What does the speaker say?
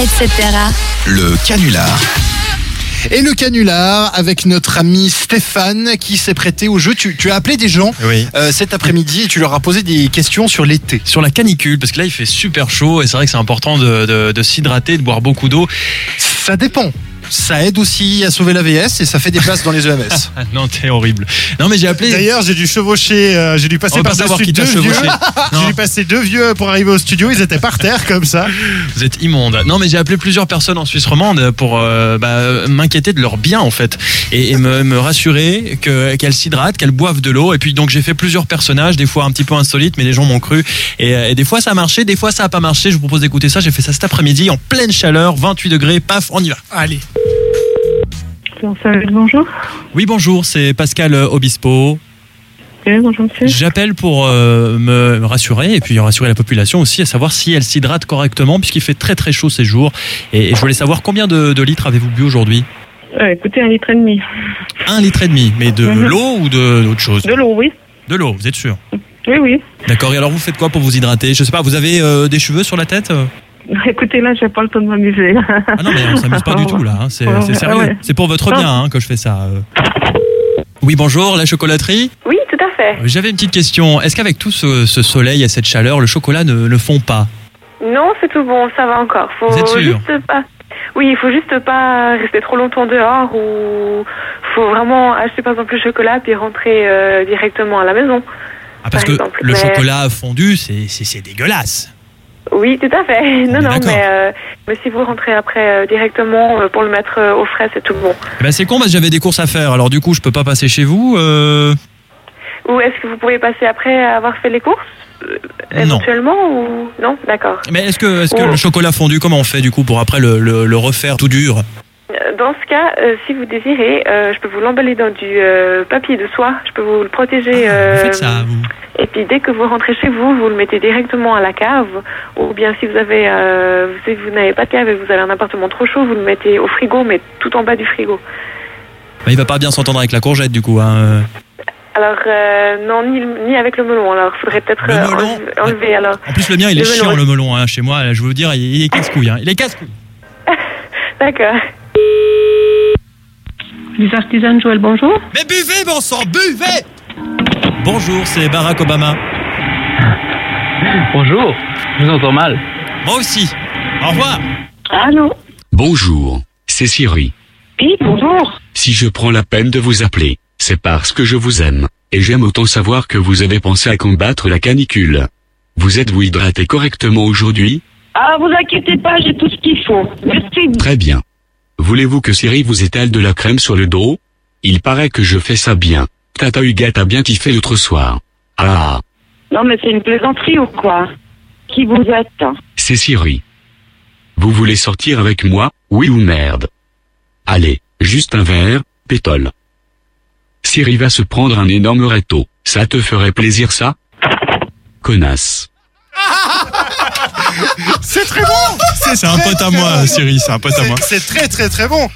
etc. Le canular. Et le canular avec notre ami Stéphane qui s'est prêté au jeu. Tu, tu as appelé des gens Oui. euh, cet après-midi et tu leur as posé des questions sur l'été. Sur la canicule, parce que là il fait super chaud et c'est vrai que c'est important de, de- de s'hydrater, de boire beaucoup d'eau. Ça dépend. Ça aide aussi à sauver la VS et ça fait des places dans les E EMS. Ah, non, t'es horrible. Non, mais j'ai appelé. D'ailleurs, j'ai dû chevaucher, euh, j'ai dû On passer va pas par savoir qui dessus t'a deux vieux. chevauché. J'ai Non, dû passer deux vieux pour arriver au studio. Ils étaient par terre comme ça. vous êtes immonde. Non, mais j'ai appelé plusieurs personnes en Suisse romande pour euh, bah, m'inquiéter de leur bien en fait et, et me, me rassurer que- qu'elles s'hydratent, qu'elles boivent de l'eau. Et puis donc j'ai fait plusieurs personnages, des fois un petit peu insolites, mais les gens m'ont cru. Et, euh, et des fois ça a marché, des fois ça a pas marché. Je vous propose d'écouter ça. J'ai fait ça cet après-midi en pleine chaleur, 28 degrés. Paf, on y va. Allez. Dans sa- Bonjour. Oui, bonjour, c'est Pascal euh, Obispo. Oui, bonjour monsieur. J'appelle pour euh, me rassurer et puis rassurer la population aussi à savoir si elle s'hydrate correctement puisqu'il fait très très chaud ces jours. Et, et je voulais savoir combien de, de litres avez-vous bu aujourd'hui Euh, écoutez, un litre et demi. Un litre et demi, mais de Mhm. l'eau ou de d'autre chose De l'eau, oui. De l'eau, vous êtes sûr Oui, oui. D'accord. Et alors vous faites quoi pour vous hydrater Je sais pas. Vous avez euh, des cheveux sur la tête Bah, Écoutez, là, j'ai pas le temps de m'amuser. Ah non, mais on s'amuse pas du tout là. hein. C'est Ah c'est ouais. sérieux. Ah ouais. C'est pour votre bien hein, que je fais ça. euh. Oui, bonjour, la chocolaterie. Oui, tout à fait. J'avais une petite question. Est-ce qu'avec tout ce, ce soleil et cette chaleur, le chocolat ne le fond pas Non, c'est tout bon, ça va encore. Faut Vous êtes sûr juste pas. Oui, il faut juste pas rester trop longtemps dehors ou faut vraiment acheter par exemple le chocolat puis rentrer euh, directement à la maison. Ah, parce Par que exemple, le mais- chocolat fondu, c'est- c'est c'est dégueulasse. Oui, tout à fait. est Non, non, d'accord. mais, euh, mais si vous rentrez après euh, directement euh, pour le mettre euh, au frais, c'est tout bon. Eh ben, c'est con parce que j'avais des courses à faire. Alors du coup, je peux pas passer chez vous. euh, Ou est-ce que vous pouvez passer après avoir fait les courses euh, Non. éventuellement ou non D'accord. Mais est-ce que, est que Oh. le chocolat fondu, comment on fait du coup pour après le, le- le refaire tout dur Euh, Dans ce cas, euh, si vous désirez, euh, je peux vous l'emballer dans du euh, papier de soie. Je peux vous le protéger. euh, Ah, Vous faites ça, vous Et puis dès que vous rentrez chez vous, vous le mettez directement à la cave. Ou bien si vous avez, euh, si vous n'avez pas de cave et que vous avez un appartement trop chaud, vous le mettez au frigo, mais tout en bas du frigo. Bah, Il va pas bien s'entendre avec la courgette du coup. hein. Alors euh, non, ni, le- ni avec le melon. Alors faudrait peut-être Le euh, melon, enlever- enlever. Alors En plus, le mien, il est Le melon. chiant le melon hein, chez moi. là, Je veux vous dire, il il est casse-couille. hein. Il est casse-couille. d'accord. Les artisans, Joël, bonjour. Mais buvez, bon sang, buvez Bonjour, c'est Barack Obama. Bonjour, je vous entends mal. Moi aussi. Au revoir. Allô Bonjour, c'est Siri. Oui, bonjour. Si je prends la peine de vous appeler, c'est parce que je vous aime, et j'aime autant savoir que vous avez pensé à combattre la canicule. Vous êtes-vous hydraté correctement aujourd'hui Ah, vous inquiétez pas, j'ai tout ce qu'il faut. Merci. Très bien. Voulez-vous que Siri vous étale de la crème sur le dos Il paraît que je fais ça bien. Tata Huguette a bien kiffé l'autre soir. Ah, Non, mais c'est une plaisanterie ou quoi Qui vous êtes c'est Siri. Vous voulez sortir avec moi, oui ou merde Allez, juste un verre, pétole. Siri va se prendre un énorme râteau, ça te ferait plaisir ça Connasse. C'est très bon. C'est un pote à moi, Siri. C'est un pote à moi. C'est très très très bon.